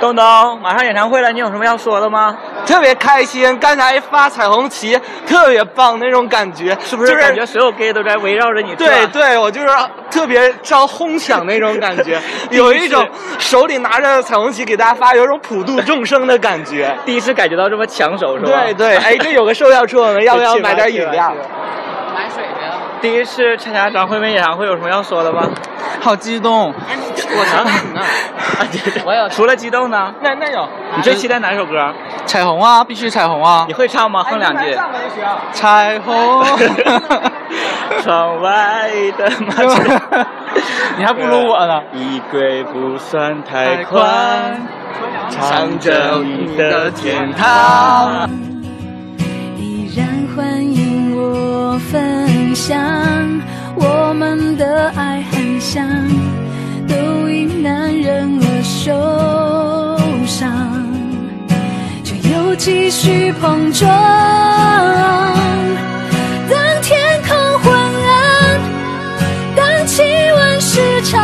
东东，马上演唱会了，你有什么要说的吗？特别开心，刚才发彩虹旗，特别棒那种感觉，是不是就是感觉所有 gay 都在围绕着你转？对对，我就是特别招哄抢那种感觉，有一种手里拿着彩虹旗给大家发，有一种普度众生的感觉。第一次感觉到这么抢手是吧？对 对，哎，这有个售票处，我们要不要买点饮料？买水没了。第一次参加张惠妹演唱会，有什么要说的吗？好激动！哎，你我想你呢。 啊，对对我有除了激动呢，那那有，你最期待哪首歌？彩虹啊，必须彩虹啊哎你！会唱吗？哼两句。彩 虹，窗外的麻 雀，你还不如我呢。衣柜不算太宽，藏着你的天堂。依然欢迎我分享，我们的爱很像，都因男人而受伤，却又继续碰撞。当天空昏暗，当气温失常，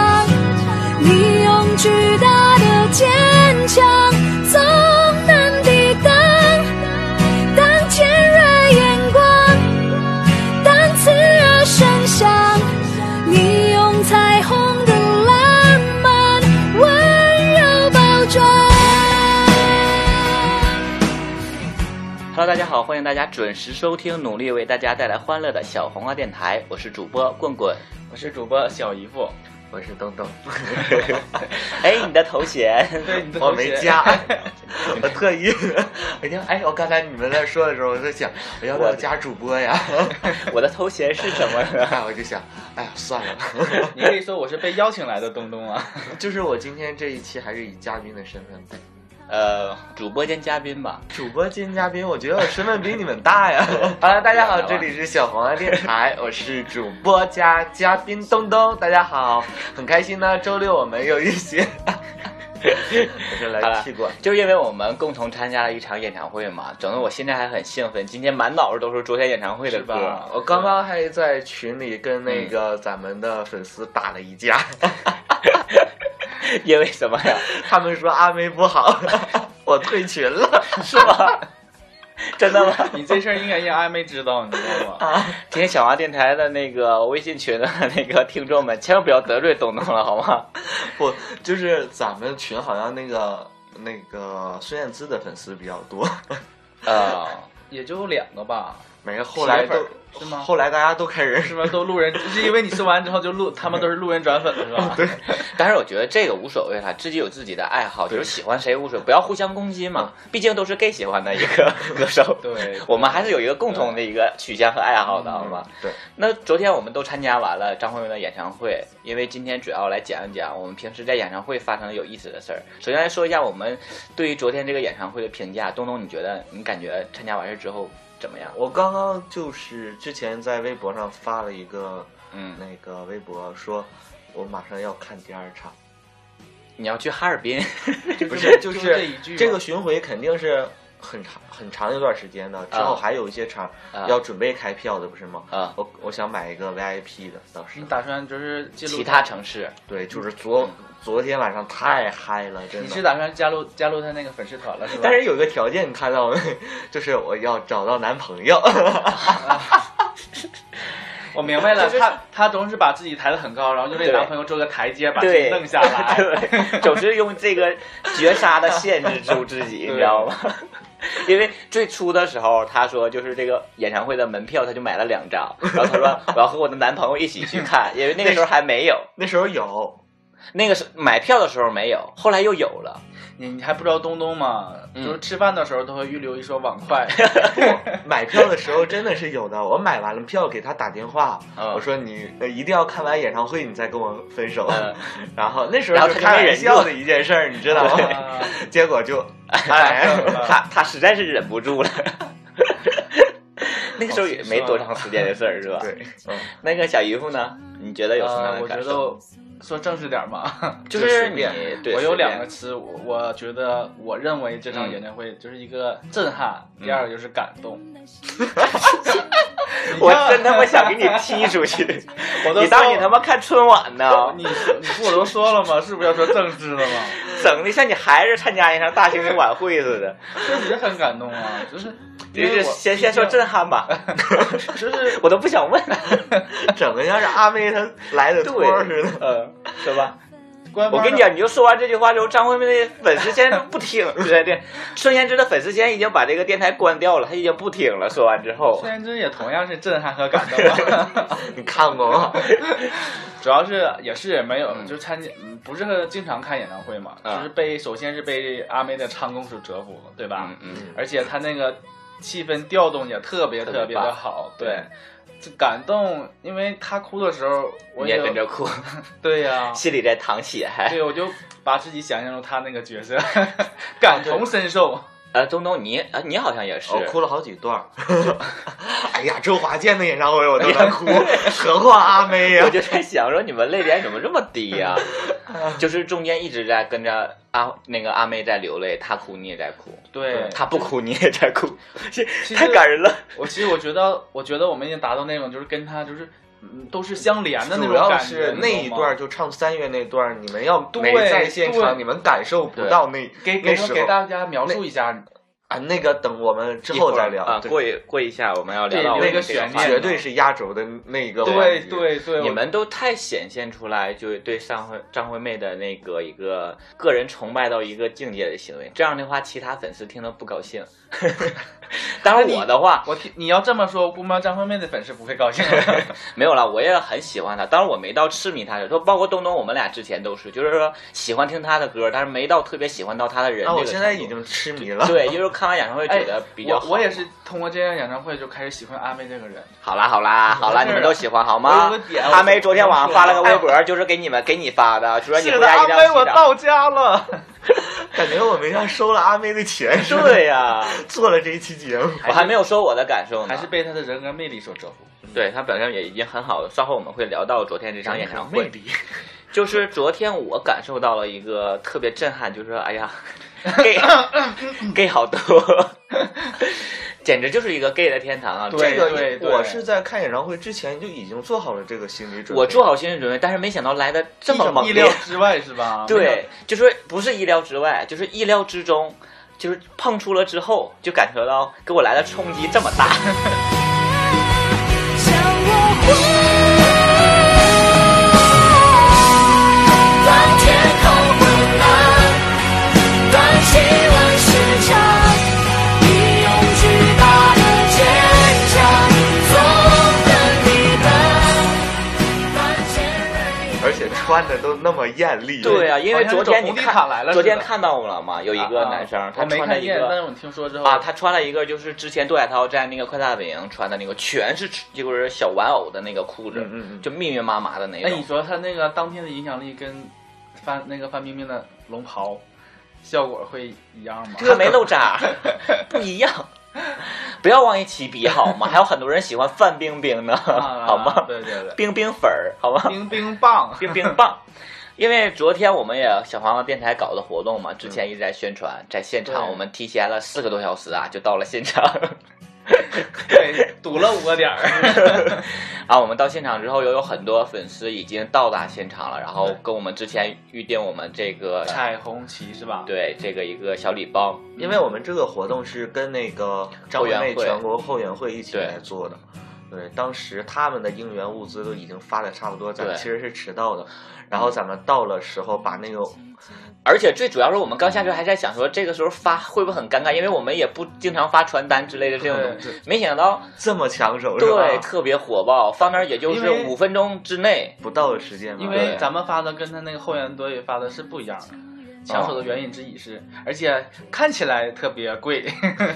你用巨大的坚强总能抵挡。当尖锐眼光，当刺耳声响，你用彩虹的浪漫温柔包装。 Hello，大家好，欢迎大家准时收听，努力为大家带来欢乐的小黄瓜电台，我是主播棍 棍，我是主播小姨夫。我是东东，哎，你的头衔？我没加，我特意，我听，哎，我刚才你们在说的时候，我在想，我要不要加主播 呀？我的头衔是什么呢？哎，我就想，哎呀，算了，你可以说我是被邀请来的东东啊。 就是我今天这一期还是以嘉宾的身份在。呃，主播兼嘉宾吧。主播兼嘉宾，我觉得我身份比你们大呀。 好了，大家好，这里是小黄鸭电台， 我是主播加嘉宾东东，大家好，很开心呢。周六我们有一些，我是好 来了踢馆。就是因为我们共同参加了一场演唱会嘛，整的我现在还很兴奋，今天满脑子都是昨天演唱会的是吧歌？。我刚刚还在群里跟那个咱们的粉丝打了一架，因为什么呀？他们说阿妹不好， 我退群了。是吗？ 真的吗？你这事儿应该让阿妹知道，你知道吗？今天小王电台的那个微信群的那个听众们，千万不要得罪东东了，好吗？不，就是咱们群好像那个那个孙燕姿的粉丝比较多。呃，也就两个吧，没，后来铁粉都儿是吗后来大家都开始认是识，吧？都路人，是因为你说完之后就路，他们都是路人转粉了，是吧？对，但是我觉得这个无所谓了，自己有自己的爱好，就是喜欢谁无所谓，不要互相攻击嘛。毕竟都是 gay 喜欢的一个 歌手，对我们还是有一个共同的一个取向和爱好的，好吗？嗯对，那昨天我们都参加完了张惠妹的演唱会，因为今天主要来讲一讲我们平时在演唱会发生的有意思的事儿。首先来说一下我们对于昨天这个演唱会的评价，东东，你觉得你感觉参加完事之后怎么样？我刚刚就是之前在微博上发了一个嗯，那个微博说。我马上要看第二场，你要去哈尔 滨，不，就是就就是这一句吗这个巡回肯定是很长很长一段时间的，之后还有一些场啊要准备开票的，不是吗？啊我我想买一个 VIP 的，到时你打算就是记录其他城市。对，就是昨昨天晚上太嗨了，真嗯你的。是打算加入加入他那个粉丝团了，是吧？但是有一个条件，你看到没？就是我要找到男朋友。 我明白了，就是他他总是把自己抬得很高，然后就为对男朋友做个台阶，把自己对，弄下 来。对，总是用这个绝杀的限制住自己， 你知道吗？ 因为最初的时候，他说就是这个演唱会的门票，他就买了两 张，然后他说我要和我的男朋友一起去看，因为那个时候还没有，那时候有， 那个是买票的时候没有，后来又有了。你你还不知道东东吗？嗯就是吃饭的时候都会预留一双碗筷。买票的时候真的是有的。我买完了票给他打电话，嗯我说你呃一定要看完演唱会你再跟我分手。嗯然后那时然候后是他就开没玩忍笑住的一件事儿，你知道吗？啊 结果 就嗯 哎，他他实在是忍不住了。 那个时候也没多长时间的事儿，是吧？对，嗯，那个小姨夫呢？你觉得有什么样呃，的我觉感得受？我说正式点儿嘛，就就是随你便对，我有随便两个词，我我觉得我认为这场演唱会就是一个震撼，第二个就是感动。我真他妈想给 你踢出去！我都你当说你他妈看春晚呢？你你不我都说了吗？是不是要说政治了吗？整的像你孩子参加一场大型的晚会似的。确实很感动啊，就是你因为这我先先说震撼吧， 就是我都不想问。 整个像是阿妹她来的托儿似对，的。呃嗯，是吧？官方我跟你的讲，你就说完这句话之后，张惠妹的粉丝现在都不 听，对对，孙燕姿的粉丝现在已经把这个电台关掉了，她已经不听了。说完之后孙，燕姿也同样是震撼和感动啊，你看过吗？ 主要是也是没有，就参加嗯啊不是经常看演唱会嘛，嗯就是被首先是被阿妹的唱功所折服，对吧？嗯嗯，而且她那个气氛调动也特别特特别别的棒好，对，就感动，因为她哭的时候，我你也跟着哭， 对呀、心里在淌血还。对，我就把自己想象成她那个角色， 感同身受。呃，东东，你啊，你好像也是哦我。哦哭了好几段 儿。哎呀，周华健的演唱会我哎都能哭，何况阿妹呀 我？就在想说，你们泪点怎么这么低 呀、就是中间一直在跟着阿那个阿妹在流泪，她哭你也在哭，对，她不哭你也在哭，其太实感人了。我其实我觉得，我觉得我们已经达到那种就是跟他就是嗯都是相连的那主种要感是觉，那一你懂吗段儿就唱三月那段儿，你们要对没在现对场，你们感受不到那给那给时给候大家描述一下，啊。那个等我们之后再聊啊，对过一过一下，我们要聊对到留我一个们这悬话念题绝对是压轴的那个对环节对对，你我们都太显现出来，就是对张惠张惠妹的那个一个个人崇拜到一个境界的行为。这样的话，其他粉丝听了不高 兴。当然我的话我听你要这么说，我估摸张惠妹的粉丝不会高兴。没有了，我也很喜欢她，当然我没到痴迷她的，说包括东东，我们俩之前都是，就是说喜欢听她的歌，但是没到特别喜欢到她的人这个啊，程度。我现在已经痴迷了。对，就是看完演唱会哎觉得 比较我好。我也是通过这样演唱会就开始喜欢阿妹这个人，好啦好啦好啦，你们都喜欢好我有吗个点？阿梅昨天晚上发了个微博，就是给你们给你发的，说你是回的，家一阿定要妹洗我澡。到家了，感觉我们像收了阿妹的钱似的， 对呀，做了这一期节目。我还没有说我的感受呢。 还是被她的人格魅力所折 服。对他表现也已经很好了。稍后我们会聊到昨天这场演唱魅 会，力，就是昨天我感受到了一个特别震撼，就是说哎 呀，gay gay 好多， 简直就是一个 gay 的天堂啊！对这对个对我是在看演唱会之前就已经做好了这个心理准备。我做好心理准备，但是没想到来的这么猛意烈料，之外是吧？ 啊对，就是不是意料之外，就是意料之中，就是碰触了之后就感受到给我来的冲击这么 大。向我挥，当天空昏暗，当希望失常，你用巨大的坚强总能抵挡。当前人已而且穿的都那么艳丽。对啊，因为好像昨是天走你红地看毯来了昨似的天看到了嘛，有一个男生，啊他我没穿了看一见，个但是我听说之后啊，他穿了一个就是之前杜海涛在那个快大本营穿的那个，全是就是小玩偶的那个裤子，嗯嗯嗯就密密麻麻的那哎，种你。说他那个当天的影响力跟范那个范冰冰的龙袍效果会一样吗？他没露渣，不一样。不要往一起比好吗？还有很多人喜欢范冰冰呢， 好啊吗？对对对，冰冰粉儿，好吗？ 冰冰棒， 冰冰棒。因为昨天我们也小黄瓜电台搞的活动嘛，之前一直在宣传，在现场对我们提前了四个多小时啊，就到了现场。对，堵了五个点 儿。啊，我们到现场之后，又有很多粉丝已经到达现场了，然后跟我们之前预定我们这个彩虹旗是吧？对这个一个小礼包，因为我们这个活动是跟那个张惠妹全国后援会一起来做的。嗯对，当时他们的应援物资都已经发的差不多，咱们对其实是迟到的。然后咱们到了时候把那个而且最主要是我们刚下车还在想说，这个时候发会不会很尴尬，因为我们也不经常发传单之类的这种东西，没想到这么抢手是对吧？特别火爆，方面也就因为是五分钟之 内，不到的时间嘛，因为咱们发的跟他那个后援队发的是不一样的。抢手的原因之一是，而且看起来特别贵，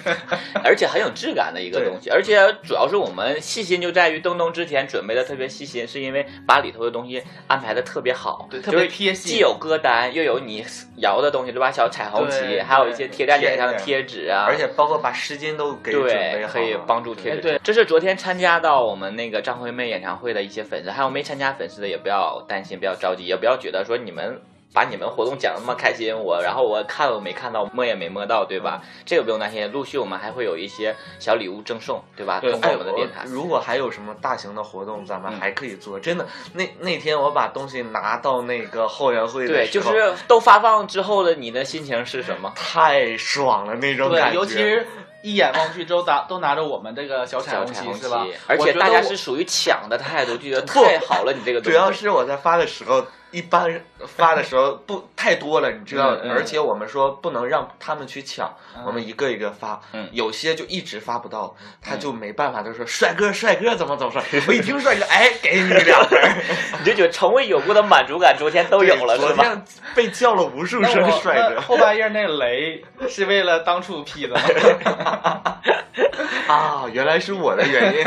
而且很有质感的一个对东西，而且主要是我们细心就在于东东之前准备的特别细心，是因为把里头的东西安排的特别好，对就特别是贴心既有歌单，又有你摇的东西，对吧？小彩虹旗，对还有一些贴在脸上的贴贴纸啊，而且包括把湿巾都给准备对，好啊可以了帮助贴纸。对对这是昨天参加到我们那个张惠妹演唱会的一些粉丝，还有没参加粉丝的也不要担心，不要着急，也不要觉得说你们把你们活动讲得那么开心，我然后我看我没看到，摸也没摸到，对吧？嗯这个不用担心，陆续我们还会有一些小礼物赠送，对吧？对，通过哎，我们的电台我，如果还有什么大型的活动，咱们嗯还可以做。真的，那那天我把东西拿到那个后援会的对，时就候，是都发放之后的你的心情是什么？太爽了那种感对，觉。尤其是一眼望去都拿都拿着我们这个小彩小虹彩虹是吧旗？而我且觉大得家我是属于抢的态度，就觉得太好了，你这个东主西要是我在发的时候，一般发的时候不太多了，你知道，嗯嗯而且我们说不能让他们去抢，嗯我们一个一个发，嗯有些就一直发不到，他就没办法，就说帅哥帅哥怎么怎么说， 我一听帅哥，哎，给你两分儿，你就觉得从未有过的满足感，昨天 都有了，哎昨是吧？天被叫了无数那声我 帅那哥后半夜那雷是为了当初劈的吗？ 啊，原来是我的原因，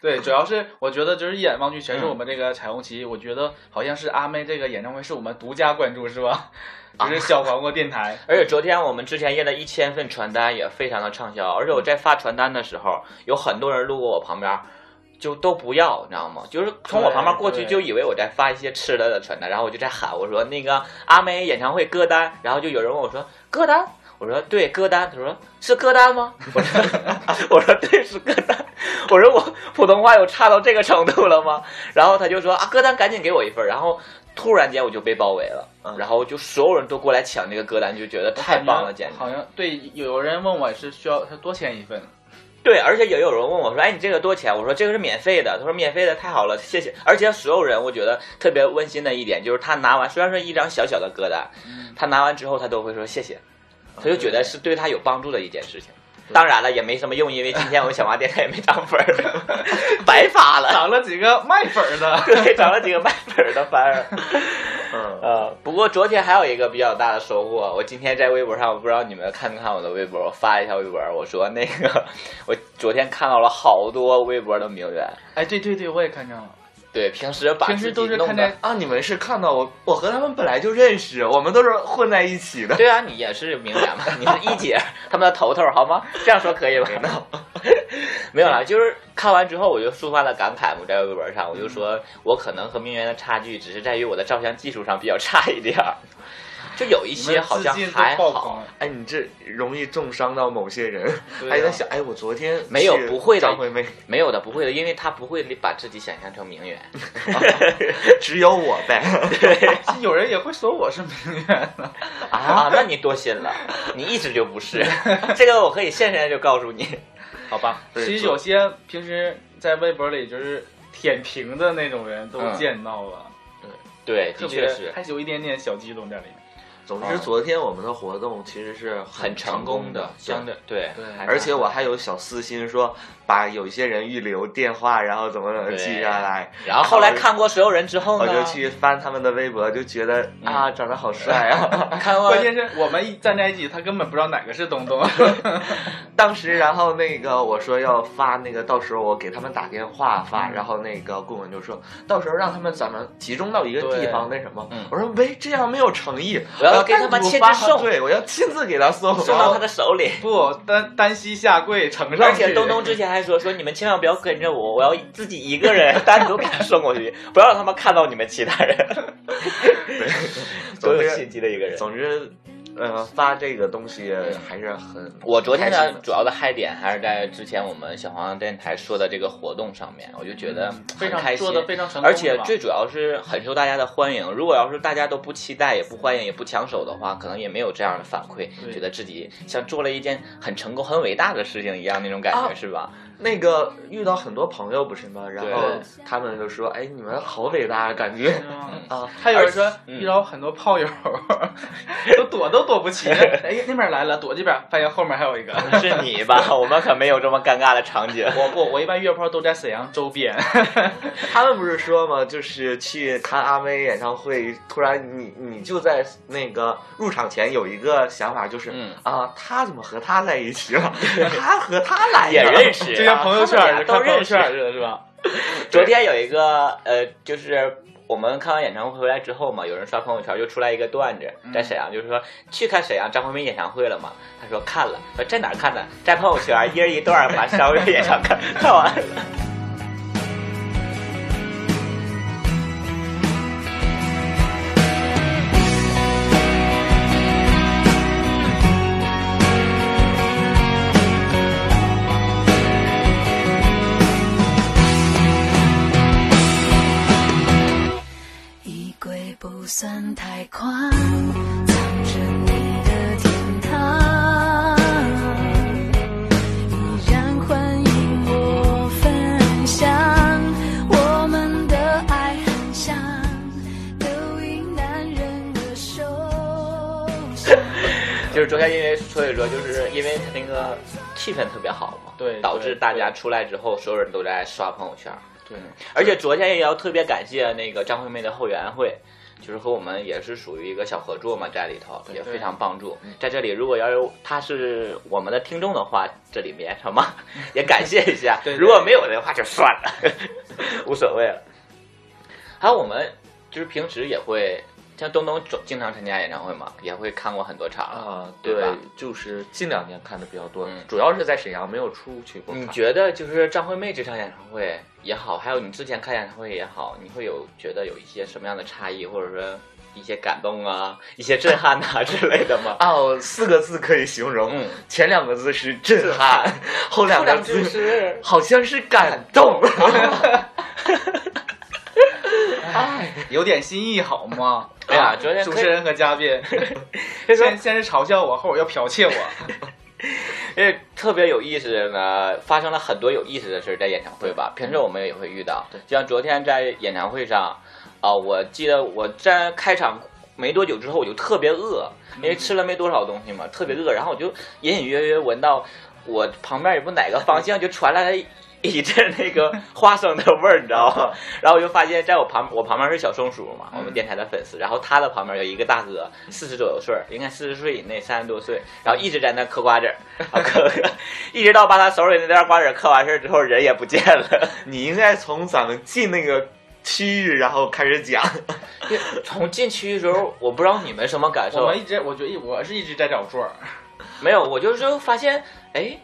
对，主要是我觉得就是一眼望去嗯全是我们这个彩虹旗，我觉得好像是阿妹这个演唱会是我们独家关注是吧？啊就是小黄瓜电台，而且昨天我们之前印的一千份传单也非常的畅销，而且我在发传单的时候，有很多人路过我旁边，就都不要，你知道吗？就是从我旁边过去对就以为我在发一些吃的的传单，然后我就在喊我说那个阿妹演唱会歌单，然后就有人问我说歌单。我说对歌单，他说是歌单吗？ 我说我说对是歌单，我说我普通话有差到这个程度了吗？然后他就说啊歌单赶紧给我一份儿，然后突然间我就被包围了，嗯然后就所有人都过来抢这个歌单，就觉得 太棒了，简直。好像对，有人问我是需要他多签一 份，对，而且也有人问我说：“哎，你这个多少钱？”我说：“这个是免费的。”他说：“免费的，太好了，谢谢。”而且所有人，我觉得特别温馨的一点就是，他拿完虽然说一张小小的歌单，他拿完之后他都会说谢谢，他就觉得是对他有帮助的一件事情。当然了，也没什么用，因为今天我们小花电台也没涨粉儿， 白发了，涨了几个卖粉儿 的。对，涨了几个卖粉儿的反而。嗯。呃，不过昨天还有一个比较大的收获，我今天在微博上，我不知道你们看没看我的微博，我发一条微博，我说那个， 我昨天看到了好多微博的名媛，哎，对对对，我也看见了，对，平时把平时都是自己弄看得见，啊！你们是看到我，我和他们本来就认识，我们都是混在一 起的。对啊，你也是名媛嘛， 你是一姐，他们的头头好吗？这样说可以吧？ 没有啦，就是看完之后我就抒发了感慨嘛，在微博上我就说我可能和名媛的差距只是在于我的照相技术上比较差一点儿， 就有一你些们好自像信都还爆好棚。了哎，你这容易重伤到某些人。对哎，呀在想，哎，我昨天啊没有去不会的张惠妹，没有的，不会的，因为他不会把自己想象成名媛。 只有我呗。是 有人也会说我是名媛呢。 啊，那你多心了，你一直就不是。 这个我可以现在就告诉你，好吧？对其实昨有些平时在微博里就是舔屏的那种人都嗯见到了，对，特的别确是还是有一点点小激动在里面。总之，昨天我们的活动其实是很成成功的的，，相对对对还是而且我还有小私心说，把有些人预留电话，然后怎么怎么对记下来。然后后来看过所有人之哦后我呢，就去翻他们的微博，就觉得嗯啊，长得好帅啊！看过关键是我们一站在一起，他根本不知道哪个是 东东。 当时，然后那个我说要发那个，到时候我给他们打电话嗯发，然后那个顾问就说，到时候让他们咱们集中到一个地方那什么嗯。我说喂，这样没有诚意，我要给单他们独亲自发送对我要亲自给他送，送到他的手 里。不，单单膝下跪呈上去。而且东东之前还说说你们千万不要跟着我，我要自己一个 人单独给他送过去，不要让他们看到你们其他 人。多总有之心机的一个人。总之，呃，发这个东西还是很我昨天开呢心，的主要的嗨点还是在之前我们小黄电台说的这个活动上面，我就觉得 非很常开心做，的非常成功，而且对吧最主要是很受大家的欢迎。如果要是大家都不期待、也不欢迎、也不抢手的话，可能也没有这样的反馈，对觉得自己像做了一件很成功、很伟大的事情一样那种感觉，啊是吧？那个遇到很多朋友不是吗？然后对他们就说：“哎，你们好伟大，啊，感觉嗯啊还有人说嗯遇到很多炮友， 都躲都躲 不起。哎，那边来了，躲这边，发现后面还有一个。是你吧？我们可没有这么尴尬的场景。我不，我一般约炮都在沈阳周边。他们不是说吗？就是去看阿妹演唱会，突然你你就在那个入场前有一个想法，就是、嗯啊，他怎么和他在一起 了？他和他来也了认识、啊，就像朋友圈他们俩儿，都看朋友认识圈。儿似的，是吧？昨天有一个呃，就是我们看完演唱会回来之后嘛，有人刷朋友圈就出来一个段子，在沈阳就是说去看沈阳张惠妹演唱会了嘛，他说看了，说在哪儿看的？在朋友圈一人一段儿把张惠妹演唱看 看完了。我就是周夏，因为所以说就是因为他那个气氛特别好嘛，对导致对大家对出来之后，所有人都在刷朋友圈。嗯对，而且昨天也要特别感谢那个张惠妹的后援会，就是和我们也是属于一个小合作嘛，在里头也非常帮助。嗯在这里，如果要有她是我们的听众的话，这里面什么 也感谢一下；对对如果没有的话，就算了， 无所谓了。还有我们就是平时也会。像东东总经常参加演唱会嘛，也会看过很多场。啊，对对吧，就是近两年看的比较多嗯，主要是在沈阳没有出去过看。你觉得就是张惠妹这场演唱会也好，还有你之前看演唱会也好，你会有觉得有一些什么样的差异，或者说一些感动啊、一些震撼呐、之类的 吗？哦，四个字可以形容，嗯前两个字是震撼，后两个字是好像是感动。 有点新意好 吗？啊哎呀昨天主可以持人和嘉 宾，先先是嘲笑我，后儿要剽窃我， 因为特别有意思的呢，发生了很多有意思的事儿在演唱会吧。平时我们也会遇到，就像昨天在演唱会上，啊、我记得我在开场没多久之后，我就特别饿，因为吃了没多少东西嘛，特别饿。然后我就隐隐约约闻到我旁边也不哪个方向就传来了一阵那个花生的味儿，你知道吗？然后我就发现，在我旁我旁边是小松鼠嘛，我们电台的粉丝，然后他的旁边有一个大哥，四十左右岁儿，应该四十岁以内，三十多岁，然后一直在那嗑瓜子儿，啊嗑， 一直到把他手里那袋瓜子儿嗑完事儿之后，人也不见了。你应该从咱们进那个区域，然后开始讲。就从进去的时候，我不知道你们什么感我受们，一直我觉得我是一直在找座儿，没有，我就是发现，哎，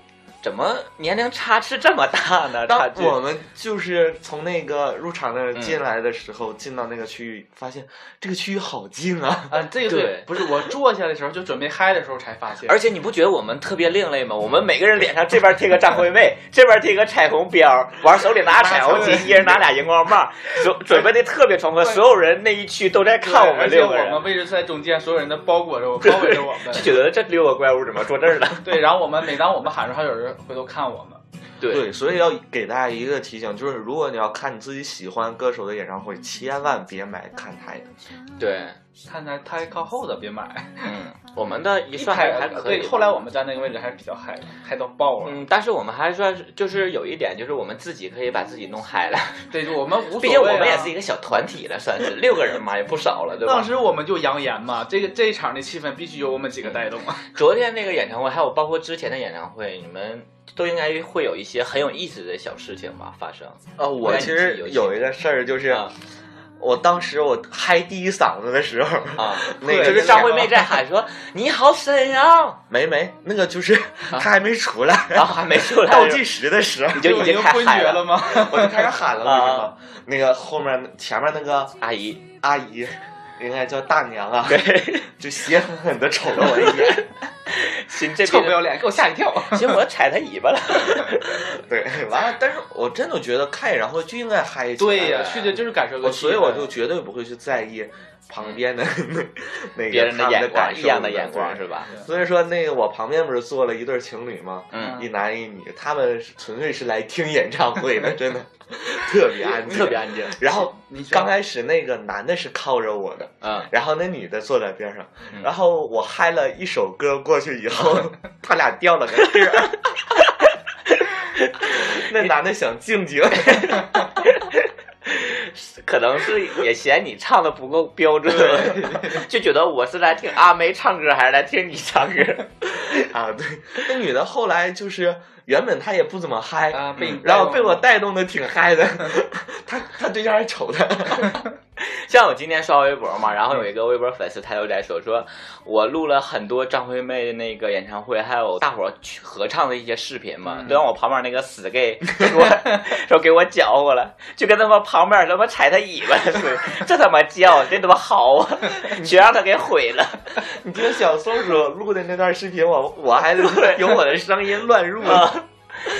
怎么年龄差是这么大呢？差当距。我们就是从那个入场那儿进来的时候，进到那个区域，发现这个区域好静啊。 啊，这个对不是我坐下的时候就准备嗨的时候才发现，而且你不觉得我们特别另类吗？我们每个人脸上这边贴个张惠妹，这边贴个彩虹标，完手里拿彩虹旗，一人拿俩荧光棒，准准备的特别充分。所有人那一区都在看我而们且六我个人们，位置在中间，所有人都包裹着 我，包围着我就们。觉得这六个怪物怎么坐这儿了？对，然后我们每当我们喊的时候，还有人回头看我们。对，对，所以要给大家一个提醒，就是如果你要看你自己喜欢歌手的演唱会，千万别买看台。对，看台太靠后的别买，嗯，我们的一算还嗨还可以对，。后来我们站那个位置还是比较嗨的，嗨到爆了。嗯，但是我们还算是就是有一点，就是我们自己可以把自己弄嗨了，对，就我们无所谓、啊。毕竟我们也是一个小团体了，算是六个人嘛，也不少了，对吧？当时我们就扬言嘛，这个这一场的气氛必须由我们几个带动啊。昨天那个演唱会，还有包括之前的演唱会，你们都应该会有一些很有意思的小事情吧发生。呃，我其实有一个事儿，就是啊我当时我嗨第一嗓子的时候，啊， 那个就是张惠妹在喊说“你好沈阳没没，那个就是他还没出来”，，然后还没出 来倒，计时的时候你，就已已经经开昏嗨厥了。吗？我就开始喊 了，为什啊么？那个后面前面那个阿姨，阿姨，应该叫大娘啊，就邪狠狠的瞅了我一眼。行，这臭不要脸，给我吓一跳！行，我踩她尾巴了。对，完了，但是我真的觉得看演唱会就应该嗨起来 对呀、去的就是感受个我气氛所以我就绝对不会去在意旁边的 那那个别人他的们眼光，感异受样的眼光是对吧？所以说，那个我旁边不是坐了一对情侣吗？嗯一男一女，他们纯粹是来听演唱会的， 真的特别安静，特别。安静。然后你说刚开始那个男的是靠着我的，嗯，然后那女的坐在边上，嗯然后我嗨了一首歌过去以后， 他俩掉了个地儿。 那男的想静 静，可能是也嫌你唱的不够标准， 就觉得我是来听阿妹唱歌还是来听你唱歌？啊，对，那女的后来就是原本她也不怎么嗨，啊被你然后带动被了我带动的挺嗨 的，她她对象还瞅她，像我今天刷微博嘛，然后有一个微博粉丝他就在说，说我录了很多张惠妹的那个演唱会，还有大伙儿去合唱的一些视频嘛，都让我旁边那个死 gay 给我说 给我搅和了，就跟他妈旁边他妈踩他尾巴似的，这他妈叫，这他妈嚎 啊，全让他给毁了。 你听小松鼠录的那段视频，我我还有我的声音乱入了，啊，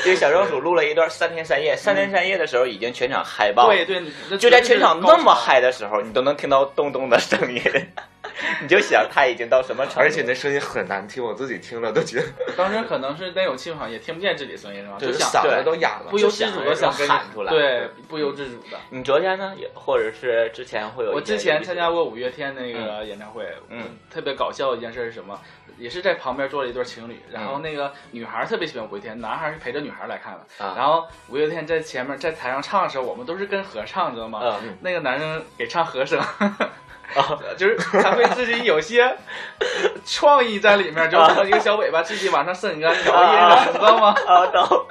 这个小松鼠录了一段三天三夜，三天三夜的时候已经全场嗨爆了，对对，就在全场那么嗨的时候，你都能听到咚咚的声音， 你就想他已经到什么程度？ 而且那声音很难听，我自己听了都觉得，当时可能是那种气氛，也听不见自己声音是吧？ 就对，嗓想对子都哑了。不由自主的想就跟想你喊出来对，不由自主的。你昨天呢，也或者是之前会有一我些之前参加过五月天那个演唱会，嗯，特别搞笑的一件事是什么？也是在旁边坐了一对情侣，然嗯后那个女孩特别喜欢五月天，男孩是陪着女孩来看的。啊然后五月天在前面在台上唱的时候，我们都是跟合唱，知道吗？嗯啊那个男生给唱和声。 就是他会自己有些创意在里面，就可能一个小尾巴自己往 上伸一个调音啊，你知道吗？ 啊，懂。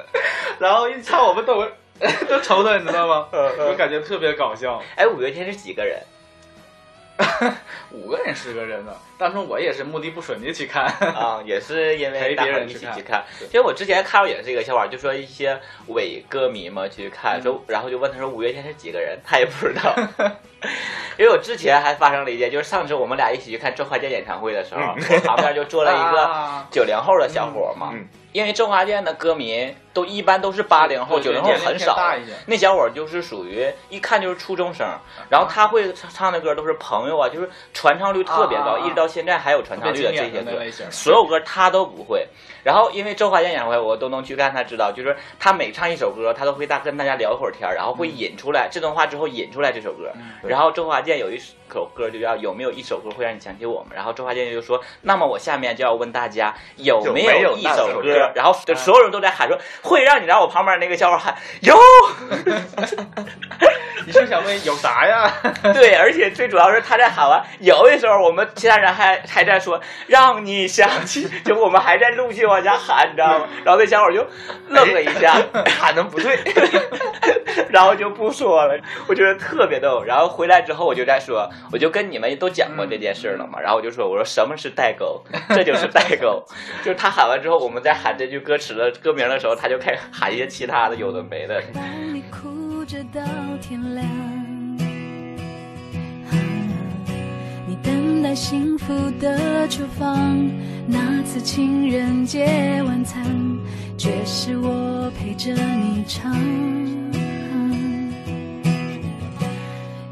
然后一唱，我们都 都瞅他，你知道吗？嗯嗯我感觉特别搞笑。哎，五月天是几个人？五个人、十个人呢，当初我也是目的不纯的去看。 啊，也是因为陪大别伙人一起去看去看。其实我之前看过也是一个笑话，就说一些伪歌迷嘛去看，嗯说然后就问他说五月天是几个人，他也不知道。 因为我之前还发生了一件，就是上周我们俩一起去看周华健演唱会的时候，嗯我旁边就坐了一 个啊九零后的小伙嘛。嗯嗯因为周华健的歌迷都一般都是八零后、九对零对后年龄很偏少大一些，那小伙儿就是属于一看就是初中生，然后他会唱的歌都是朋友啊，就是传唱率特别啊高，啊啊一直到现在还有传特唱别率的这经些典的歌那。类型。所有歌他都不会。然后因为周华健演唱会，我都能去看，他知道，就是他每唱一首歌，他都会大跟大家聊一会儿天儿，然后会引出来、这段话之后引出来这首歌。然后周华健有一首歌就叫《有没有一首歌会让你想起我们》，然后周华健就说：“那么我下面就要问大家有没有没有一那首首歌歌？”然后就所有人都在喊说：“会让你让我旁边那个小伙喊有。”你是想问有啥呀？对，而且最主要是他在喊完有的时候，我们其他人还还在说让你想起，就我们还在陆续往下喊，你知道吗？然后那小伙就愣了一下，喊的不对，然后就不说了。我觉得特别逗。然后回来之后，我就在说，我就跟你们都讲过这件事了嘛。然后我就说，我说什么是代沟？这就是代沟，就是他喊完之后，我们在喊这句歌词的歌名的时候，他就开始喊一些其他的有的没的。当啊你哭着到天亮，啊你等待幸福的厨房，那次情人节晚餐，却是我陪着你唱。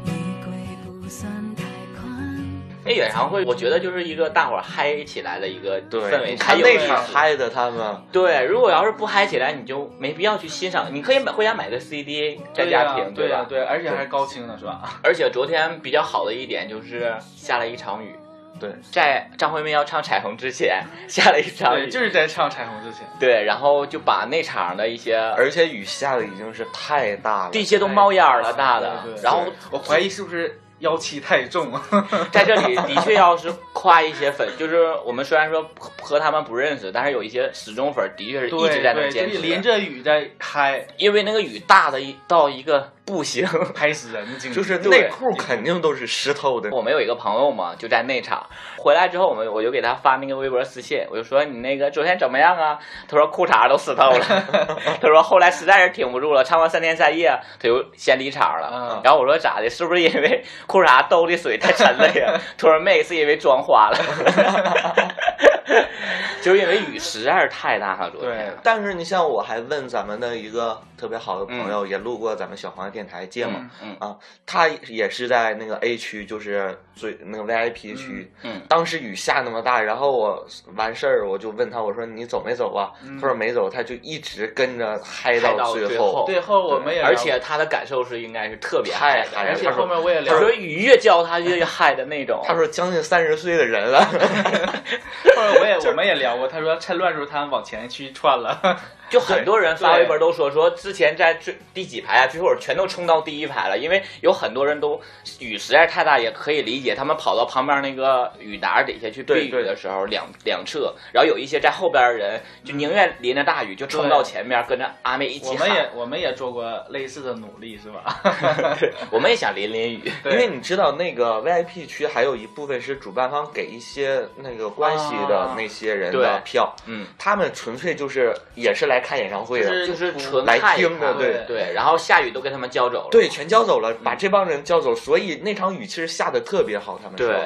衣柜不算太宽。那演唱会，我觉得就是一个大伙儿嗨起来的一个氛围，还对，看有那意场思嗨的他们，对，如果要是不嗨起来，你就没必要去欣赏。你可以买回家买个 CD 在家听，对啊呀吧？对，而且还是高清的，是吧？而且昨天比较好的一点就是下了一场雨，对，在张惠妹要唱《彩虹》之前下了一场对，雨，就是在唱《彩虹》之前。对，然后就把那场的一些而且雨下的已经是太大了，地些都冒烟儿了，大的哎对对。对啊然后我怀疑是不是妖气太重？ 在这里的确要是夸一些粉，就是我们虽然说和他们不认识，但是有一些死忠粉的确是一直在那对，就坚是持的。淋着雨在嗨，因为那个雨大的一到一个不行。 拍死人的景，就是内裤肯定都是湿透的。我们有一个朋友嘛，就在内场回来之后，我们我就给他发那个微博私信，我就说你那个昨天怎么样啊？他说裤衩都湿透了。 他说后来实在是挺不住了，唱完三天三夜，他就先离场了嗯。然后我说咋的？是不是因为裤衩兜的水太沉了呀？ 他说妹是因为妆花了， 就是因为雨实在是太大了，昨天对。但是你像我还问咱们的一个特别好的朋友，也路过咱们小黄的电台借嘛，嗯啊，他也是在那个 A 区，就是最那个 VIP 区，嗯嗯当时雨下那么大，然后我完事儿我就问他，我说你走没走啊？他说没走，他就一直跟着嗨嗯嗨到最最后后，对，后来我们也而且他的感受是应该是特别嗨太的，嗨了而且后面我也聊他，说雨越浇他越嗨的那种。他说将近三十岁的人 了，后来我也我们也聊过，他说趁乱时候他往前去窜了，就很多人发对微博都说说之前在最第几排啊，最后全都冲到第一排了，因为有很多人都雨实在太大，也可以理解他们跑到旁边那个雨达底下去避对雨对的时候，两两侧，然后有一些在后边的人就宁愿淋着大雨就冲到前面跟着阿妹一我起喊，们也我们也做过类似的努力，是吧？ 对我们也想淋淋雨，因为你知道那个 VIP 区还有一部分是主办方给一些那个关系的啊那些人对的票，嗯，他们纯粹就是也是来看演唱会的，就是就是纯来看一听的看对对，然后下雨都给他们浇走了，对，全交走了，把这帮人交走，所以那场雨其实下的特别好。他们说，对，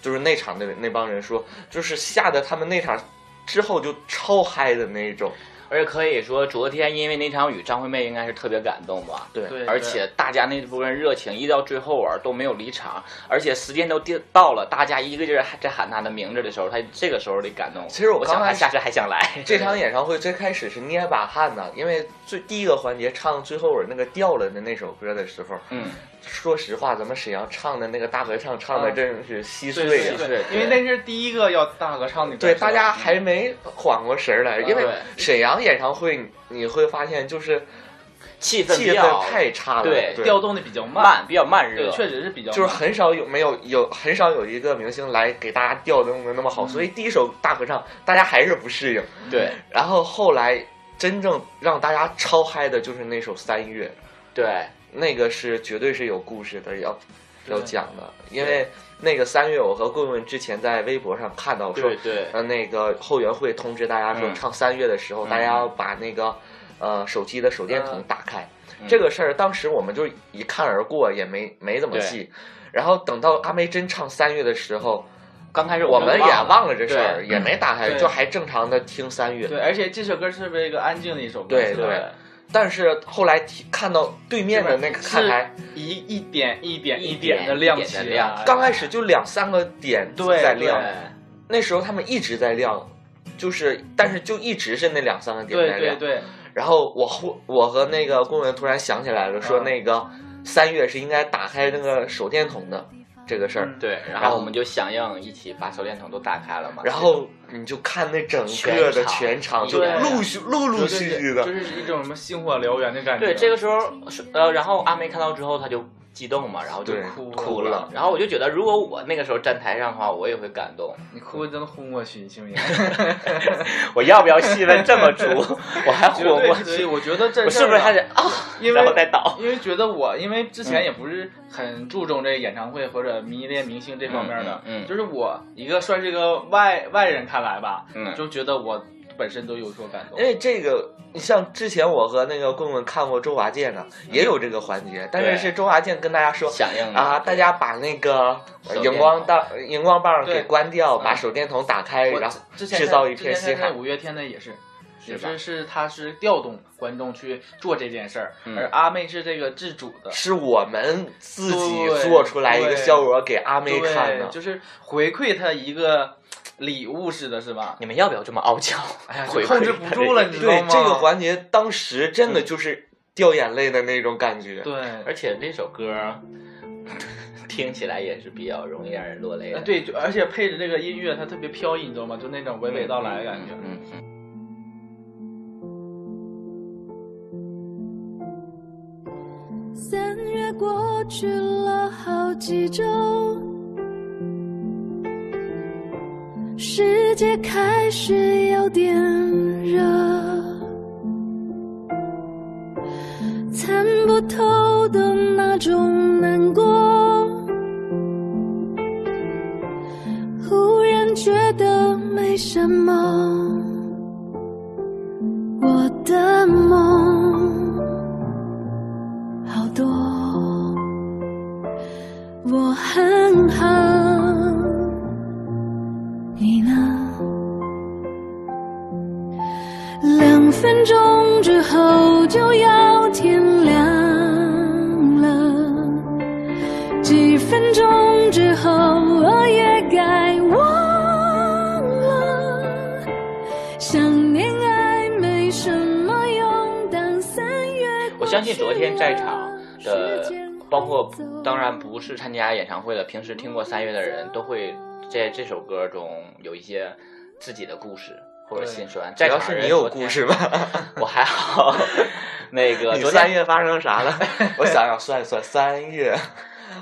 就是那场那那帮人说，就是下的他们那场之后就超嗨的那一种。而且可以说，昨天因为那场雨，张惠妹应该是特别感动吧？对对而且大家那波人热情，一直到最后玩都没有离场，而且时间都定到了，大家一个劲儿还在喊她的名字的时候，她这个时候的感动，其实我我刚想开她始下次还想来。 这场演唱会最开始是捏把汗呐，因为最第一个环节唱最后尾那个掉了的那首歌的时候，嗯，说实话，咱们沈阳唱的那个大合唱唱的真是稀对碎对嗯呀、对对对，因为那是第一个要大合唱的歌，对，是吧大家还没缓过神儿来，嗯因为对沈阳演唱会你你会发现就是气氛气比氛较太差了，对对调动的比较慢，，比较慢热对，。确实是比较慢就 是很少有没有有很少有一个明星来给大家调动的那么好，所以第一首大合唱大家还是不适应。对然后后来真正让大家超嗨的就是那首《三月》，对，那个是绝对是有故事的，要对要讲的，因为那个《三月》，我和棍棍之前在微博上看到说对，对呃，那个后援会通知大家说，嗯唱《三月》的时候，嗯大家要把那个呃手机的手电筒嗯打开。嗯这个事儿当时我们就一看而过，也没没怎么对细。然后等到阿梅真唱《三月》的时候，刚开始我们也忘了忘了这事儿，对也没打开，对就还正常的听《三月》。对，而且这首歌是不是一个安静的一首歌？对是吧对但是后来提看到对面的那个是看台，一一点一点一点点的亮一起点的啊，亮刚开始就两三个点对在对亮，那时候他们一直在亮，就是但是就一直是那两三个点对在对亮。对，然后我忽我和那个工人突然想起来了，说嗯那个三月是应该打开那个手电筒的这个事嗯儿。对，然后我们就响应一起把手电筒都打开了嘛。然后你就看那整个的全全场，场就对陆续陆陆续续就的，是一种什么星火燎原的感觉。对，这个时候是呃，然后阿梅看到之后，她就激动嘛，然后就对哭哭了。了然后我就觉得，如果我那个时候站台上的话，我也会感动。你哭真的昏过去，信不信？我要不要戏份这么足？ 我还绝昏对过是去，我觉得这我是不是还得啊？因为然后再倒？因为觉得我，因为之前也不嗯是很注重这个演唱会或者迷恋明星这方面的，嗯嗯嗯就是我一个算是一个外外人看来吧，嗯就觉得我本身都有所感动因。为这个，你像之前我和那个棍棍看过周华健呢，也有这个环节，但是对是周华健跟大家说响应了啊，大家把那个呃手电筒荧光棒荧光棒对嗯给关掉，把手电筒打开，我然后之前制造一片之稀前看罕。五月天的也是。也吧是是，他是调动观众去做这件事儿，嗯而阿妹是这个自主的，是我们自己对做出来一个对效果给阿妹看对，的，就是回馈他一个礼物似的，是吧？你们要不要这么傲娇？哎呀，就回馈控制不住了，你知道对吗？这个环节当时真的就是掉眼泪的那种感觉。对，而且这首歌 听起来也是比较容易让人落泪的。呃，对，就而且配着这个音乐，它特别飘逸，你知道吗？就那种娓娓道来的感觉。嗯，嗯三月过去了好几周，世界开始有点热，参不透的那种难过，忽然觉得没什么，我的梦。好多，我很好，你呢？两分钟之后就要天亮了，几分钟之后我也该忘了。想念爱没什么用，当三月我相信昨天在场的，包括当然不是参加演唱会的，平时听过三月的人都会在这首歌中有一些自己的故事或者心酸。主在要场是人你有昨天故事，吧？ 我还好。那个你昨三天月发生啥 了？我想想算一算，三月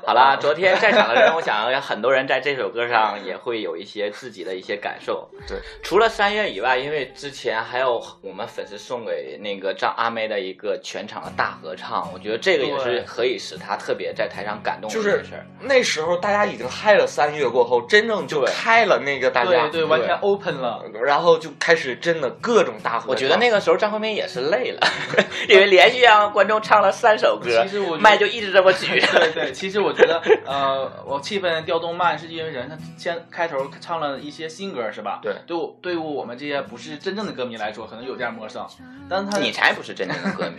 好啦，昨天在场的人，我想很多人在这首歌上也会有一些自己的一些感受。对，除了三月以外，因为之前还有我们粉丝送给那个张阿妹的一个全场的大合唱，我觉得这个也对是可以使她特别在台上感动的就一是件事儿。那时候，大家已经嗨了三月过后，真正就对开了那个大家，对对，完全 open 了。然后就开始真的各种大合唱。我觉得那个时候张惠妹也是累了，因为连续让观众唱了三首歌，其实我觉得麦就一直这么举着。对对，其实我觉得，呃，我气氛调动慢，是因为人他先开头唱了一些新歌，是吧？对对我，对于我们这些不是真正的歌迷来说，可能有点陌生。但是他你才不是真正的歌迷，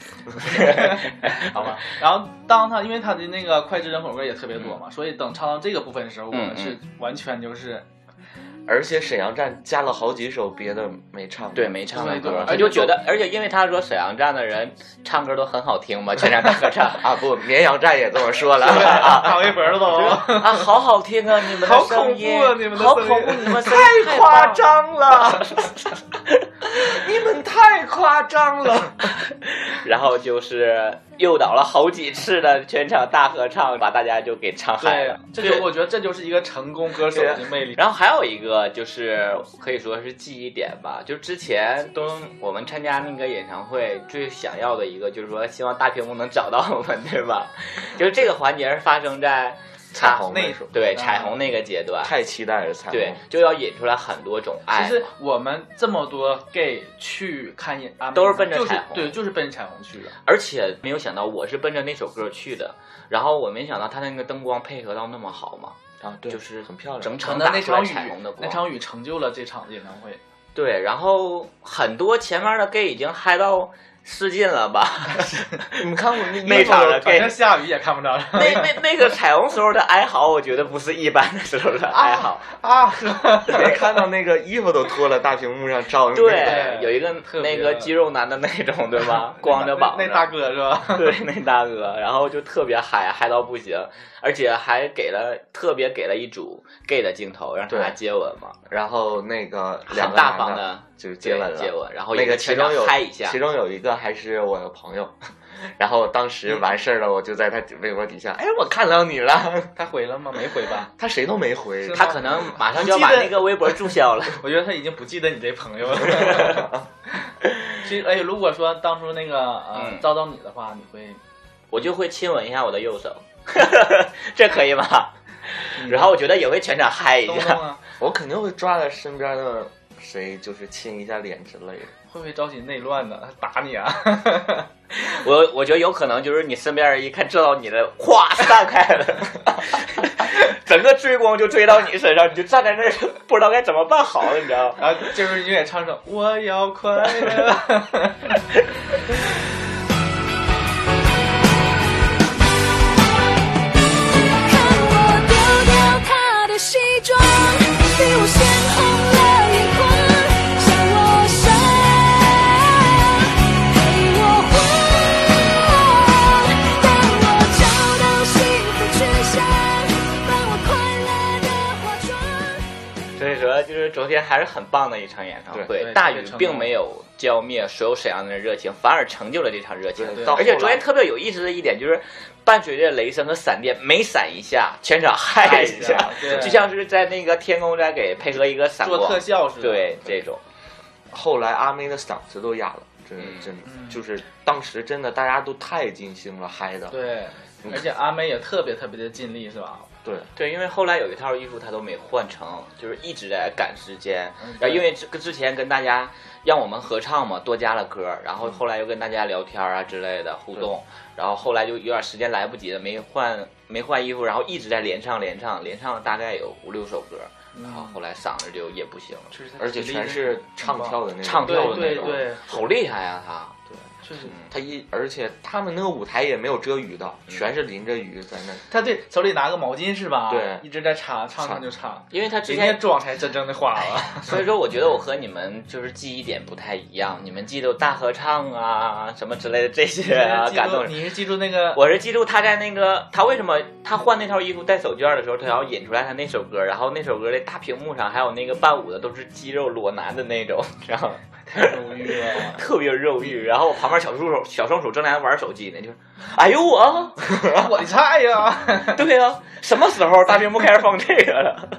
好吧。然后当他因为他的那个脍炙人口歌也特别多嘛，所以等唱到这个部分的时候，我们是完全就是而且沈阳站加了好几首别的没唱，对，，没唱的对对歌，对嗯而且我觉得，而且因为他说沈阳站的人唱歌都很好听嘛，全山大合唱啊不，绵阳站也这么说 了啊，打微博了都。 啊，好好听啊，你们的好声恐音，怖啊你们的好声音恐怖， 你们 声音太夸张。张了，你们太夸张了。然后就是诱导了好几次的全场大合唱，把大家就给唱嗨 对了。，这就我觉得这就是一个成功歌手的魅力。然后还有一个就是可以说是记忆点吧，就是之前都我们参加那个演唱会最想要的一个，就是说希望大屏幕能找到我们，对吧？ 就是这个环节是发生在彩虹那首，对彩虹那个阶段，太期待了彩虹，对，就要引出来很多种爱其嘛。实我们这么多 gay 去看演阿妹都是奔着就是彩虹对，就是奔着彩虹去的。而且没有想到我是奔着那首歌去的，然后我没想到他那个灯光配合到那么好嘛，啊，对，就是很漂亮，整可场能打那出来场雨彩虹的，光，那场雨成就了这场演唱会。对，然后很多前面的 gay 已经嗨到失禁了 吧？你看我那那场的反 gay 正下雨也看不着了。 那那那个彩虹时候的哀嚎，我觉得不是一般的时候的哀嚎。啊，没看到那个衣服都脱了，大屏幕上照的那个对，有一个特别那个肌肉男的那种，对吧？ 光着膀子， 那大哥是 吧？ 对那大哥，然后就特别嗨，嗨到不行，而且还给了特别给了一组 gay 的镜头，让他俩接吻嘛， 然后那个很两个大方男的的就是接对吻了，接吻，然后那一个其全中场有嗨一下其，中有一个还是我的朋友， 然后当时完事儿了，我就在他微博底下，哎，我看到你了，他回了吗？没回吧？他谁都没回是，他可 能马上就要把那个微博注销了。 我觉得他已经不记得你这朋友了。其实，哎，如果说当初那个呃嗯遭到你的话，你 会我就会亲吻一下我的右手， 这可以吗？嗯然后我觉得也会全场嗨一动不动下，啊？我肯定会抓着身边的谁，就是亲一下脸之类的。会不会招起内乱呢？他打你啊？ 我我觉得有可能就是你身边人一看知道你的，哗散开了， 整个追光就追到你身上，你就站在那儿 不知道该怎么办好，你知道吗？然后就是你也唱首《我要快乐》。看我丢掉他的西装，比我先红了眼眶，向我伸，陪我晃。当我找到幸福去向，帮我快乐的化妆。所以说，就是昨天还是很棒的一场演唱对会对，大雨特别成功并没有浇灭所有沈阳人的热情，反而成就了这场热情对。到而且后昨来天特别有意思的一点就是，伴随着雷声和闪电，每闪一下，全场嗨一下嗨一下，对就像是在那个天空在给配合一个闪做光特，效似的。对这种。后来阿妹的嗓子都哑了，真的嗯真的嗯就是当时真的大家都太尽兴了，嗨的。对，而且阿妹也特别特别的尽力，是吧？对，对，因为后来有一套衣服他都没换成，就是一直在赶时间嗯。然对后因为之之前跟大家让我们合唱嘛，多加了歌，然嗯后后来又跟大家聊天啊之类的互动，然后后来就有点时间来不及了，没换没换衣服，然后一直在连唱连唱连唱，大概有五六首歌，嗯然后后来嗓子就也不行了，就是她而且体力全是唱跳的那种，唱对跳的那对种，对，好厉害啊他！确实。他一，而且他们那个舞台也没有遮雨的，全是淋着雨在那。他对手里拿个毛巾是吧？对一直在擦，唱唱就唱。因为他之人前家妆才真正的花了。 所以说，我觉得我和你们就是记忆点不太一样。你们记得大合唱啊，什么之类的这些啊，记感住动人。你是记住那个 我是记住他在那个他为什么他换那套衣服戴手绢的时候，他要引出来他那首歌，然后那首歌的大屏幕上还有那个伴舞的都是肌肉裸男的那种， 然后如玉了。特别肉欲。然后我旁边小助手小双手正在玩手机呢，就是，哎呦我，我的菜呀！ 对呀、什么时候大屏幕开始放这个了？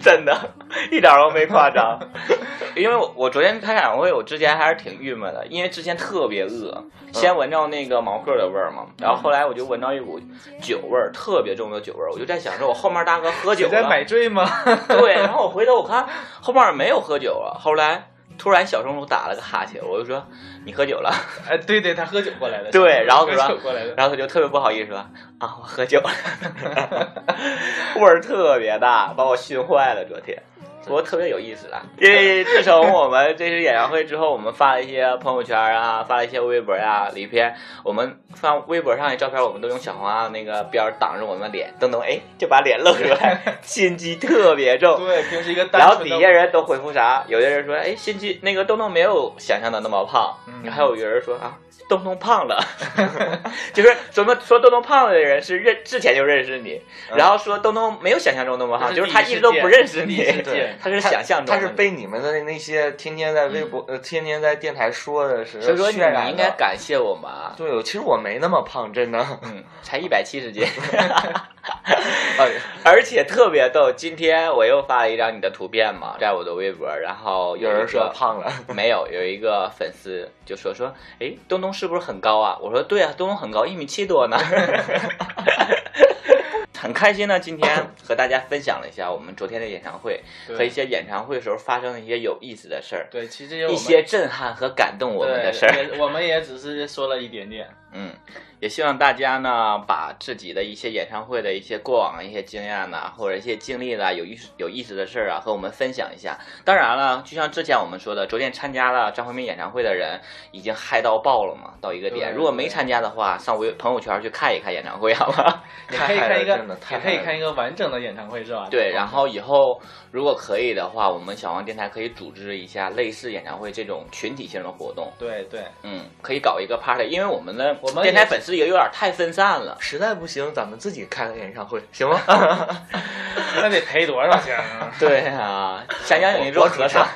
真的，一点都没夸张。 因为我我昨天开演唱会，我之前还是挺郁闷的，因为之前特别饿，先闻到那个毛克的味儿嘛，然后后来我就闻到一股酒味儿，特别重的酒味儿，我就在想说，我后面大哥喝酒 你在了，买醉吗？对，然后我回头我看后面没有喝酒了，后来突然小松鼠打了个哈欠，我就说你喝酒了，哎，对对，他喝酒过来的。对，然后喝他酒说过来的，然后他就特别不好意思说啊，我喝酒了， 味儿特别大，把我熏坏了。昨天，不过特别有意思啊，因为自从我们这次演唱会之后，我们发了一些朋友圈啊，发了一些微博呀、里边我们发微博上的照片，我们都用小黄啊那个边儿挡着我们的脸，噔噔哎就把脸露出来， 心机特别重。对，平时一个单然后纯底的下人都回复啥？有的人说，哎，心机那个东东没有想象的那么胖，嗯还有人说啊，东东胖了， 就是什么说东东胖了的人是认之前就认识你，然后说东东没有想象中那么胖，就就是是他第一一次直都见不认识第你一次见，他是想象中的他是你被你们的那些天天在微博、呃天天在电台说的是所以说你渲染的应该感谢我们啊，对，其实我没那么胖，真的。嗯，才一百七十斤。哎， 而且特别逗，今天我又发了一张你的图片嘛，在我的微博，然后 有一人个说胖了，没有，有一个粉丝就说说，哎，东东是不是很高啊？我说对啊，东东很高，一米七多呢。 很开心呢，今天和大家分享了一下我们昨天的演唱会对和一些演唱会时候发生的一些有意思的事儿，对，其实这些我一们些震撼和感动我们的事儿。对也我们也只是说了一点点。嗯，也希望大家呢，把自己的一些演唱会的一些过往的一些经验呐、或者一些经历啦、有意思有意思的事儿啊，和我们分享一下。当然了，就像之前我们说的，昨天参加了张惠妹演唱会的人已经嗨到爆了嘛，到一个点。对如果没参加的话，上微朋友圈去看一看演唱会，好 吧？也可以 太嗨看了一个真的，太也可以嗨了看一个完整的演唱会是吧？对，然后以后如果可以的话，我们小王电台可以组织一下类似演唱会这种群体性的活动。对 对，嗯，可以搞一个 party，因为我们的我们也电台粉丝也有点太分散了。实在不行，咱们自己开个演唱会行吗？那得赔多少钱啊？ 对啊，想想你做合唱，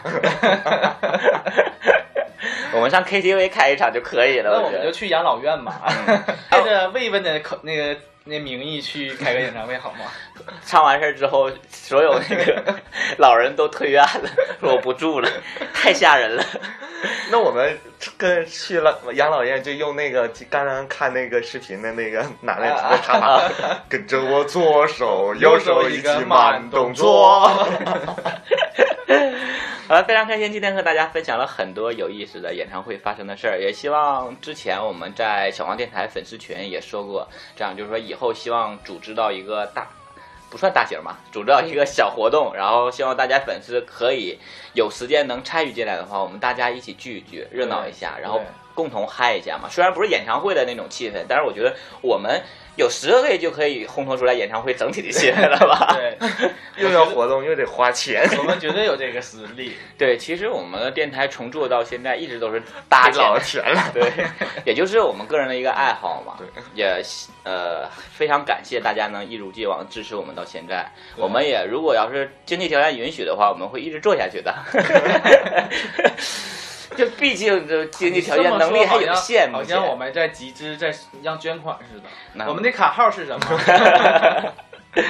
我们上 KTV 开一场就可以了。嗯那我我们觉就得去养老院嘛， 带着慰问的口那个那名义去开个演唱会好吗？唱完事儿之后，所有那个 老人都退院了，说我不住了，太吓人了。 那我们跟去了养老院，就用那个刚刚看那个视频的那个奶奶的唱法，跟着我左手啊 右手一起慢动作。 好了，非常开心，今天和大家分享了很多有意思的演唱会发生的事儿，也希望之前我们在小黄电台粉丝群也说过，这样就是说以后希望组织到一个大。不算大型吧，组织到一个小活动，然后希望大家粉丝可以有时间能参与进来的话，我们大家一起聚一聚，热闹一下，然后对共同嗨一下嘛。虽然不是演唱会的那种气氛，但是我觉得我们有十个月就可以烘托出来演唱会整体的气氛了吧？对， 又要活动又得花钱，我们绝对有这个实 力。对，其实我们的电台从做到现在一直都是搭给建老的，钱 了。对， 也就是我们个人的一个爱好嘛。对，也呃非常感谢大家能一如既往支持我们到现在。对我们也如果要是经济条件允许的话，我们会一直做下去 的。就毕竟这经济条件能力还有限嘛，好像我们在集资，在让捐款似那 的。我们的卡号是什么？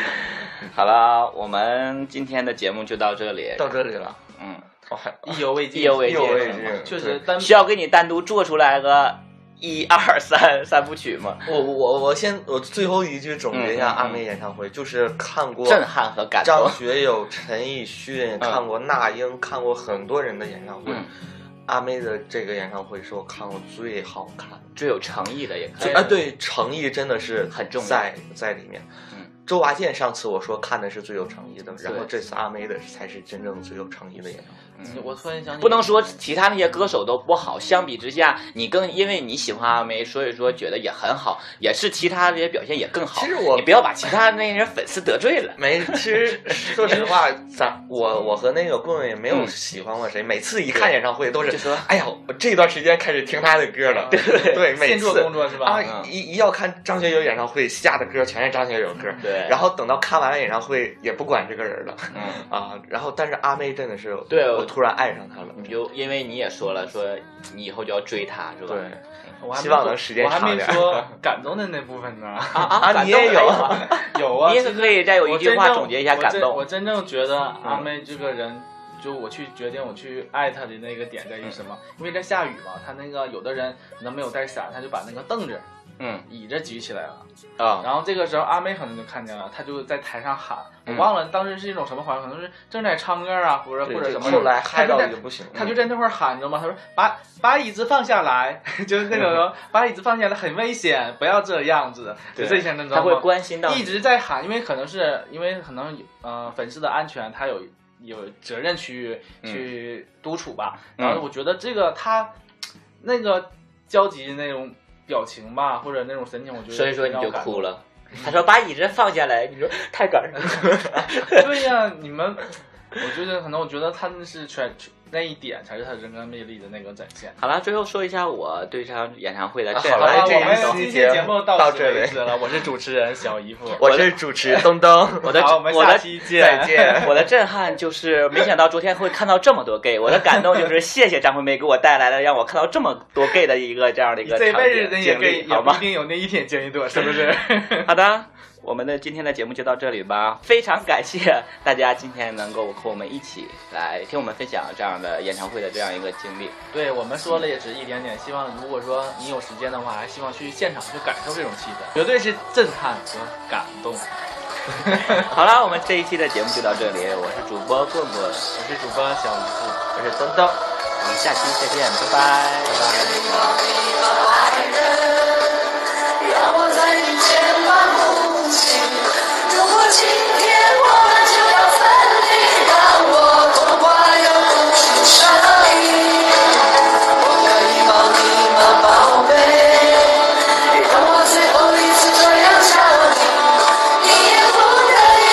好了，我们今天的节目就到这里。到这里了，哎嗯，意犹未尽，意犹未意犹未尽尽，确实对。单需要给你单独做出来个一二三三部曲吗？我我我先我最后一句总结一下嗯嗯嗯阿妹演唱会，就是看过震撼和感张动。学友、陈奕迅，看过那英，看过很多人的演唱会嗯。阿妹的这个演唱会是我看过最好看的。最有诚意的也可就以。啊，对，诚意真的是很重要在在里面。嗯，周华健上次我说看的是最有诚意的，然后对这次阿妹的才是真正最有诚意的演唱会。我突然想起，不能说其他那些歌手都不好，相比之下，你更因为你喜欢阿妹，所以说觉得也很好，也是其他这些表现也更好。其实我你不要把其他那些粉丝得罪了。没，其实说实话，咱我我和那个棍棍也没有喜欢过谁，每次一看演唱会都是就说哎呀，我这段时间开始听他的歌了，对对，每现次做工作是吧？啊，一一要看张学友演唱会，下的歌全是张学友歌，对然后等到看完了演唱会，也不管这个人了，嗯，啊，然后但是阿妹真的是，对我我嗯突然爱上她了，你就因为你也说了，说你以后就要追她，是吧？对。我还没希望能时间我还长没点说感动的那部分 呢。啊啊啊感你动也有还啊有啊，你也可以再有一句话总结一下感我动。嗯真正觉得阿妹这个人就我去决定我去爱他的那个点在于什么，因为在下雨嘛，他那个有的人可能没有带伞，他就把那个凳子嗯椅子举起来了。啊，然后这个时候阿妹可能就看见了，她就在台上喊，我嗯忘了当时是一种什么环境，可能是正在唱歌啊，或者对或者就什么。后来她嗨就到嗯在就不行了，她就在那块儿喊，你知道吗？她说把把椅子放下来， 就是那 种把椅子放下来很危险，不要这样子，就对这些你知他道会吗？关心到一你，直在喊，因为可能是因为可能呃粉丝的安全，他有有责任去嗯去督促吧。嗯然后我觉得这个他那个焦急的那种表情吧，或者那种神情，我觉得所以说你让我就感动哭了。他说把椅子放下来，你说太感人了。对呀、你们，我觉得可能我觉得他们是全那一点才是他人格魅力的那个展现。 好了，最后说一下我对这场演唱会的好展好了了，望。这一我们期期节节目目到到此这里为止了。我是主持人小姨夫，我是主持人东东，我的好，我们我下的期见，再见。我的震撼就是没想到昨天会看到这么多 gay，我的感动就是谢谢张惠妹给我带来了让我看到这么多 gay 的一个这样的一你个这场辈景子也经给历，也好不 一吗？定有那一天经历过，是不是？ 好的，我们的今天的节目就到这里吧，非常感谢大家今天能够和我们一起来听我们分享这样的演唱会的这样一个经历。对我们说了也只一点点，希望如果说你有时间的话，还希望去现场去感受这种气氛，绝对是震撼和感动。 我好了，我们这一期的节目就到这里，我是主播棍棍，我是主播小姨夫。我是东东。们下期再见，拜拜，拜拜。让我在你肩膀哭泣。如果今天我们就要分离，让我痛快又不是伤你。我可以抱你吗，宝贝？让我最后一次这样叫你，你也不得已，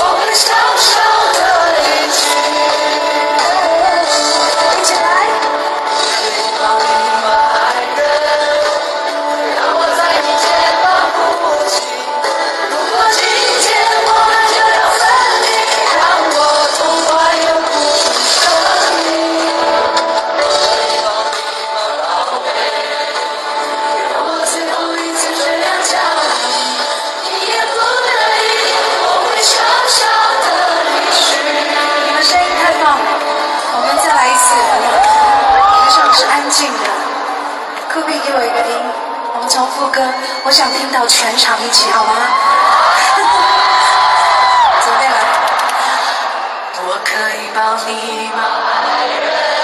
我会小小的一句。一起来。抱你吗，爱人？让我在你肩膀哭泣。如果今天我们就要分离，让我痛快又不舍你。让我最后一次这样叫你，你也不得已，我会小小的离去。你们声音太棒了，我们再来一次。台上是安静的，可不可以给我一个音？我们从副歌，我想听到全场一起，好吗？准备来。我可以抱你吗，爱人？